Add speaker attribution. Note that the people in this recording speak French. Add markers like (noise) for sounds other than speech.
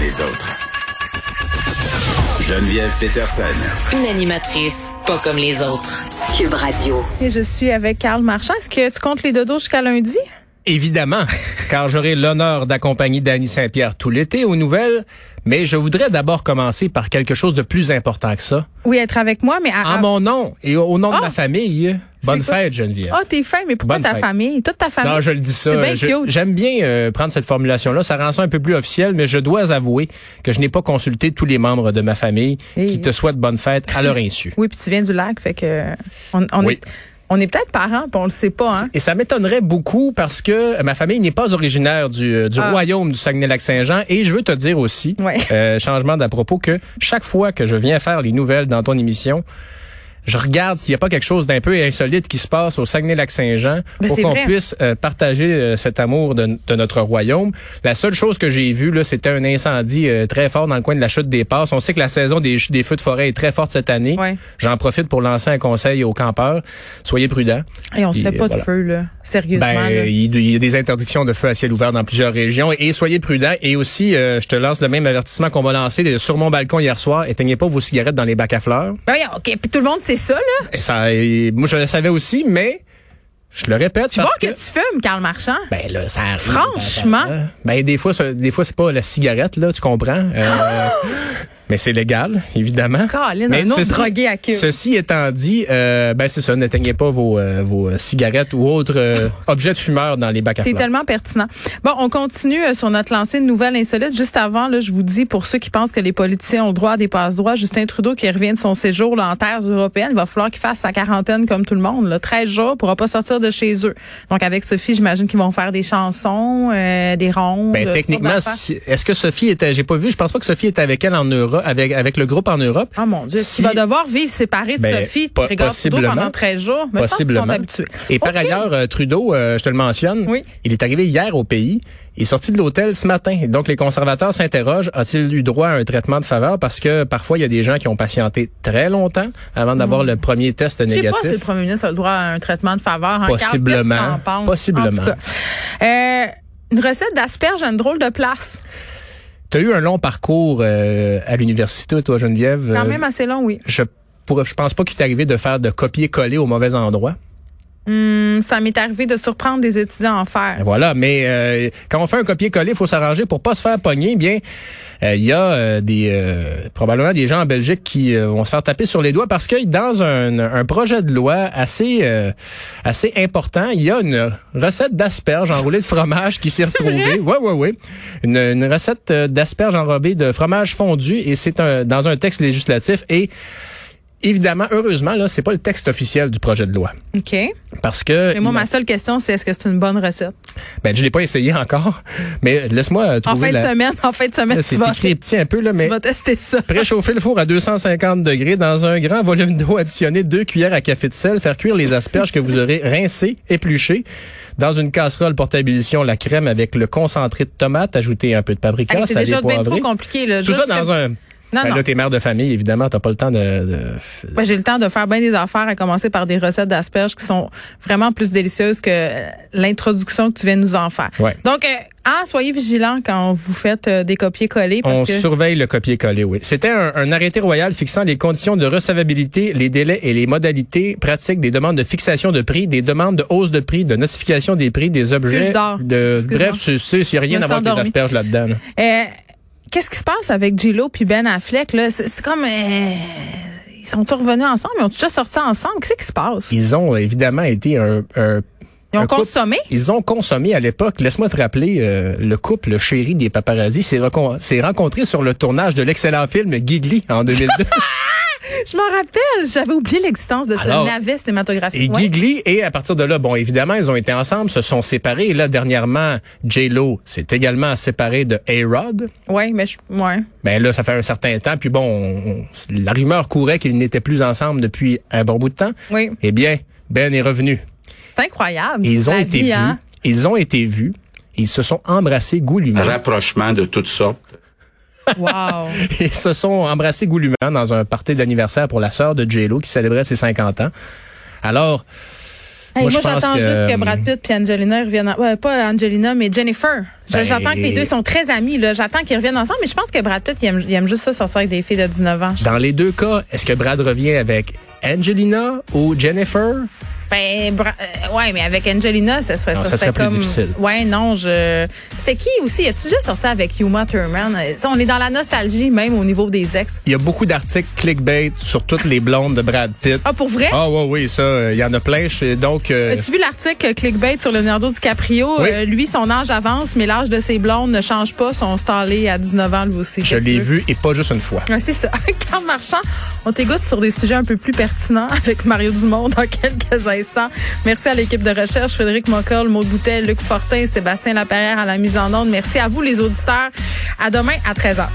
Speaker 1: Les autres. Geneviève Peterson.
Speaker 2: Une animatrice pas comme les autres. Cube Radio.
Speaker 3: Et je suis avec Karl Marchand. Est-ce que tu comptes les dodos jusqu'à lundi? (laughs)
Speaker 4: Évidemment, car j'aurai l'honneur d'accompagner Danny Saint-Pierre tout l'été aux nouvelles. Mais je voudrais d'abord commencer par quelque chose de plus important que ça.
Speaker 3: Oui, être avec moi, mais... à-
Speaker 4: En mon nom et au nom de
Speaker 3: Ah!
Speaker 4: ma famille, bonne
Speaker 3: quoi?
Speaker 4: fête Geneviève.
Speaker 3: Ah, t'es fin, mais pourquoi
Speaker 4: Bonne
Speaker 3: ta
Speaker 4: fête.
Speaker 3: famille? Toute ta famille?
Speaker 4: Non, je le dis ça.
Speaker 3: C'est bien
Speaker 4: Je-
Speaker 3: cute.
Speaker 4: J'aime bien euh, prendre cette formulation-là. Ça rend ça un peu plus officiel, mais je dois avouer que je n'ai pas consulté tous les membres de ma famille
Speaker 3: Hey.
Speaker 4: qui te souhaitent bonne fête à leur insu.
Speaker 3: Oui, puis tu viens du lac, fait que... On, on
Speaker 4: Oui.
Speaker 3: est, on est peut-être parents, puis on le sait pas, hein?
Speaker 4: Et ça m'étonnerait beaucoup parce que euh, ma famille n'est pas originaire du, euh, du
Speaker 3: Ah.
Speaker 4: royaume du Saguenay-Lac-Saint-Jean. Et je veux te dire aussi,
Speaker 3: Ouais.
Speaker 4: euh, changement d'à propos, que chaque fois que je viens faire les nouvelles dans ton émission, je regarde s'il n'y a pas quelque chose d'un peu insolite qui se passe au Saguenay-Lac-Saint-Jean
Speaker 3: Ben,
Speaker 4: pour
Speaker 3: c'est
Speaker 4: qu'on
Speaker 3: vrai.
Speaker 4: puisse euh, partager euh, cet amour de, de notre royaume. La seule chose que j'ai vue, là, c'était un incendie euh, très fort dans le coin de la chute des passes. On sait que la saison des, ch- des feux de forêt est très forte cette année.
Speaker 3: Ouais.
Speaker 4: J'en profite pour lancer un conseil aux campeurs. Soyez prudents.
Speaker 3: Et on se
Speaker 4: Puis,
Speaker 3: fait
Speaker 4: euh,
Speaker 3: pas de
Speaker 4: voilà.
Speaker 3: feu, là. Sérieusement,
Speaker 4: Ben,
Speaker 3: là.
Speaker 4: il il y a des interdictions de feu à ciel ouvert dans plusieurs régions. Et soyez prudents. Et aussi, euh, je te lance le même avertissement qu'on m'a lancé sur mon balcon hier soir. Éteignez pas vos cigarettes dans les bacs à fleurs.
Speaker 3: Ben, voyons, OK, puis tout le monde sait ça, là.
Speaker 4: Et ça, et moi, je le savais aussi, mais je le répète.
Speaker 3: Tu vois
Speaker 4: parce
Speaker 3: que, tu fumes, Karl Marchand.
Speaker 4: Ben là, ça arrive.
Speaker 3: Franchement?
Speaker 4: Ben des fois, ça- des fois c'est pas la cigarette là, tu comprends.
Speaker 3: (gasps)
Speaker 4: Euh, mais c'est légal, évidemment.
Speaker 3: Colin,
Speaker 4: mais
Speaker 3: un autre drogué à queue.
Speaker 4: Ceci étant dit, euh, ben c'est ça, n'éteignez pas vos, euh, vos cigarettes ou autres
Speaker 3: (laughs)
Speaker 4: euh, objets de fumeur dans les bacs à
Speaker 3: T'es
Speaker 4: fleurs.
Speaker 3: tellement pertinent. Bon, on continue euh, sur notre lancée de nouvelles insolites. Juste avant, là, je vous dis, pour ceux qui pensent que les politiciens ont le droit à des passe-droits, Justin Trudeau qui revient de son séjour là, en terre européenne, il va falloir qu'il fasse sa quarantaine comme tout le monde. Là. 13 jours, pourra pas sortir de chez eux. Donc, avec Sophie, j'imagine qu'ils vont faire des chansons, euh, des rondes.
Speaker 4: Ben,
Speaker 3: euh,
Speaker 4: techniquement,
Speaker 3: toutes sortes d'affaires.
Speaker 4: si- est-ce que Sophie était, j'ai pas vu, je pense pas que Sophie était avec elle en Europe, avec, avec le groupe en Europe.
Speaker 3: Ah mon Dieu, tu
Speaker 4: Si-
Speaker 3: vas devoir vivre séparé de
Speaker 4: Ben,
Speaker 3: Sophie,
Speaker 4: po-
Speaker 3: Trégor Trudeau
Speaker 4: possiblement.
Speaker 3: pendant 13 jours. Mais
Speaker 4: Possiblement.
Speaker 3: je pense qu'ils sont habitués.
Speaker 4: Et par
Speaker 3: Ok.
Speaker 4: ailleurs, euh, Trudeau, euh, je te le mentionne,
Speaker 3: Oui.
Speaker 4: il est arrivé hier au pays. Il est sorti de l'hôtel ce matin. Et Donc, les conservateurs s'interrogent, a-t-il eu droit à un traitement de faveur? Parce que parfois, il y a des gens qui ont patienté très longtemps avant d'avoir le premier test
Speaker 3: Mm. Je sais
Speaker 4: négatif.
Speaker 3: pas si le premier ministre a le droit à un traitement de faveur. hein, Carl, qu'est-ce que
Speaker 4: Possiblement.
Speaker 3: t'en penses?
Speaker 4: Possiblement.
Speaker 3: En tout cas, euh, une recette d'asperges à une drôle de place.
Speaker 4: T'as eu un long parcours euh, à l'université, toi, Geneviève.
Speaker 3: Quand
Speaker 4: Euh,
Speaker 3: même assez long, oui.
Speaker 4: Je pourrais- je pense pas qu'il t'est arrivé de faire de copier-coller au mauvais endroit.
Speaker 3: Hum, Ça m'est arrivé de surprendre des étudiants à en faire.
Speaker 4: Voilà, mais euh, quand on fait un copier-coller, il faut s'arranger pour pas se faire pogner. eh Bien, euh, il y a euh, des euh, probablement des gens en Belgique qui euh, vont se faire taper sur les doigts parce que dans un, un projet de loi assez euh, assez important, il y a une recette d'asperges enroulées de
Speaker 3: (laughs)
Speaker 4: fromage qui s'est retrouvée. Ouais, ouais, ouais. Une, une recette euh, d'asperges enrobées de fromage fondu et c'est un, dans un texte législatif et Évidemment, heureusement, là, c'est pas le texte officiel du projet de loi.
Speaker 3: OK. Mais
Speaker 4: Parce que.
Speaker 3: moi,
Speaker 4: il-
Speaker 3: ma seule question, c'est est-ce que c'est une bonne recette?
Speaker 4: ben, je l'ai pas essayé encore, mais laisse-moi euh,
Speaker 3: En
Speaker 4: trouver
Speaker 3: fin de
Speaker 4: la...
Speaker 3: semaine, en fin de semaine,
Speaker 4: Là,
Speaker 3: tu
Speaker 4: C'est
Speaker 3: vas,
Speaker 4: écrit petit un peu, là,
Speaker 3: tu
Speaker 4: mais
Speaker 3: vas tester ça.
Speaker 4: (laughs) préchauffer le four à 250 degrés dans un grand volume d'eau additionner deux cuillères à café de sel, faire cuire les asperges que vous aurez rincées, épluchées. Dans une casserole porte-ébullition, la crème avec le concentré de tomate, ajouter un peu de paprika,
Speaker 3: Hey, c'est
Speaker 4: salé,
Speaker 3: déjà bien trop
Speaker 4: poivré.
Speaker 3: compliqué. Là.
Speaker 4: Tout ça
Speaker 3: Juste
Speaker 4: dans
Speaker 3: que-
Speaker 4: un...
Speaker 3: Non,
Speaker 4: Ben
Speaker 3: non.
Speaker 4: là, t'es mère de famille, évidemment, t'as pas le temps de... de-
Speaker 3: Ouais, Ben, j'ai le temps de faire bien des affaires, à commencer par des recettes d'asperges qui sont vraiment plus délicieuses que euh, l'introduction que tu viens de nous en faire.
Speaker 4: Ouais.
Speaker 3: Donc, euh, ah, soyez vigilants quand vous faites euh, des copier-coller parce
Speaker 4: On
Speaker 3: que
Speaker 4: surveille le copier-coller, oui. C'était un, un arrêté royal fixant les conditions de recevabilité, les délais et les modalités pratiques des demandes de fixation de prix, des demandes de hausse de prix, de notification des prix, des objets.
Speaker 3: je dors.
Speaker 4: De,
Speaker 3: Excuse-moi.
Speaker 4: bref, c'est- c'est- il n'y a
Speaker 3: Je
Speaker 4: rien
Speaker 3: me
Speaker 4: à voir
Speaker 3: suis
Speaker 4: avec les
Speaker 3: endormie.
Speaker 4: asperges là-dedans. là.
Speaker 3: Euh, qu'est-ce qui se passe avec Gillo puis Ben Affleck là C'est c'est comme euh, ils sont revenus ensemble, ils ont déjà sorti ensemble. Qu'est-ce qui se passe
Speaker 4: Ils ont euh, évidemment été un. un-
Speaker 3: Ils ont
Speaker 4: un couple-
Speaker 3: consommé?
Speaker 4: Ils ont consommé à l'époque. Laisse-moi te rappeler, euh, le couple chéri des paparazzis s'est recon- s'est rencontré sur le tournage de l'excellent film Gigli en 2002.
Speaker 3: Je m'en rappelle, j'avais oublié l'existence de ce
Speaker 4: Alors,
Speaker 3: navet cinématographique.
Speaker 4: Et
Speaker 3: Ouais.
Speaker 4: Gigli, et à partir de là, bon, évidemment, ils ont été ensemble, se sont séparés. Et là, dernièrement, J-Lo s'est également séparé de A-Rod.
Speaker 3: Ouais, mais je, ouais.
Speaker 4: Ben là, ça fait un certain temps. Puis bon, on- on- la rumeur courait qu'ils n'étaient plus ensemble depuis un bon bout de temps.
Speaker 3: Oui.
Speaker 4: Eh bien, Ben est revenu.
Speaker 3: C'est incroyable.
Speaker 4: Et ils ont
Speaker 3: la
Speaker 4: été
Speaker 3: vie,
Speaker 4: vus.
Speaker 3: hein.
Speaker 4: Ils ont été vus. Ils se sont embrassés goulûment.
Speaker 1: Rapprochement de toutes sortes.
Speaker 3: Wow.
Speaker 4: (laughs) Ils se sont embrassés goulûment dans un party d'anniversaire pour la sœur de J-Lo qui célébrait ses 50 ans. Alors,
Speaker 3: Hey,
Speaker 4: Moi,
Speaker 3: moi,
Speaker 4: je pense
Speaker 3: j'attends
Speaker 4: que-
Speaker 3: juste que Brad Pitt puis Angelina reviennent. en- ouais, pas Angelina, mais Jennifer. Je-
Speaker 4: Ben-
Speaker 3: J'attends que les deux sont très amis. là. J'attends qu'ils reviennent ensemble, mais je pense que Brad Pitt, il aime, il aime juste ça sortir avec des filles de 19 ans.
Speaker 4: dans les deux cas, est-ce que Brad revient avec Angelina ou Jennifer?
Speaker 3: Ben, Bra- euh, ouais, mais avec Angelina, ça serait,
Speaker 4: Non,
Speaker 3: ça
Speaker 4: ça
Speaker 3: serait
Speaker 4: serait plus
Speaker 3: comme...
Speaker 4: difficile.
Speaker 3: Ouais, non, je. C'était qui aussi? As-tu déjà sorti avec Uma Thurman? Euh, t'sais, On est dans la nostalgie même au niveau des ex.
Speaker 4: Il y a beaucoup d'articles clickbait sur toutes les blondes de Brad Pitt.
Speaker 3: Ah, pour vrai?
Speaker 4: Ah ouais, oui, ça, euh, il y en a plein. chez- Donc, euh,
Speaker 3: As-tu vu l'article clickbait sur Leonardo DiCaprio?
Speaker 4: Oui.
Speaker 3: Euh, lui, son âge avance, mais l'âge de ses blondes ne change pas. Son stallé à 19 ans, lui aussi.
Speaker 4: je
Speaker 3: Qu'est-ce que
Speaker 4: l'ai
Speaker 3: tu veux?
Speaker 4: vu et pas juste une fois.
Speaker 3: Ouais, c'est ça. (laughs) Carl Marchand, on t'égoutte sur des sujets un peu plus pertinents (laughs) avec Mario Dumont dans quelques instants. Merci à l'équipe de recherche, Frédéric Moccol, Maud Boutet, Luc Fortin, Sébastien Laperrière à la mise en onde. Merci à vous, les auditeurs. À demain à 13h.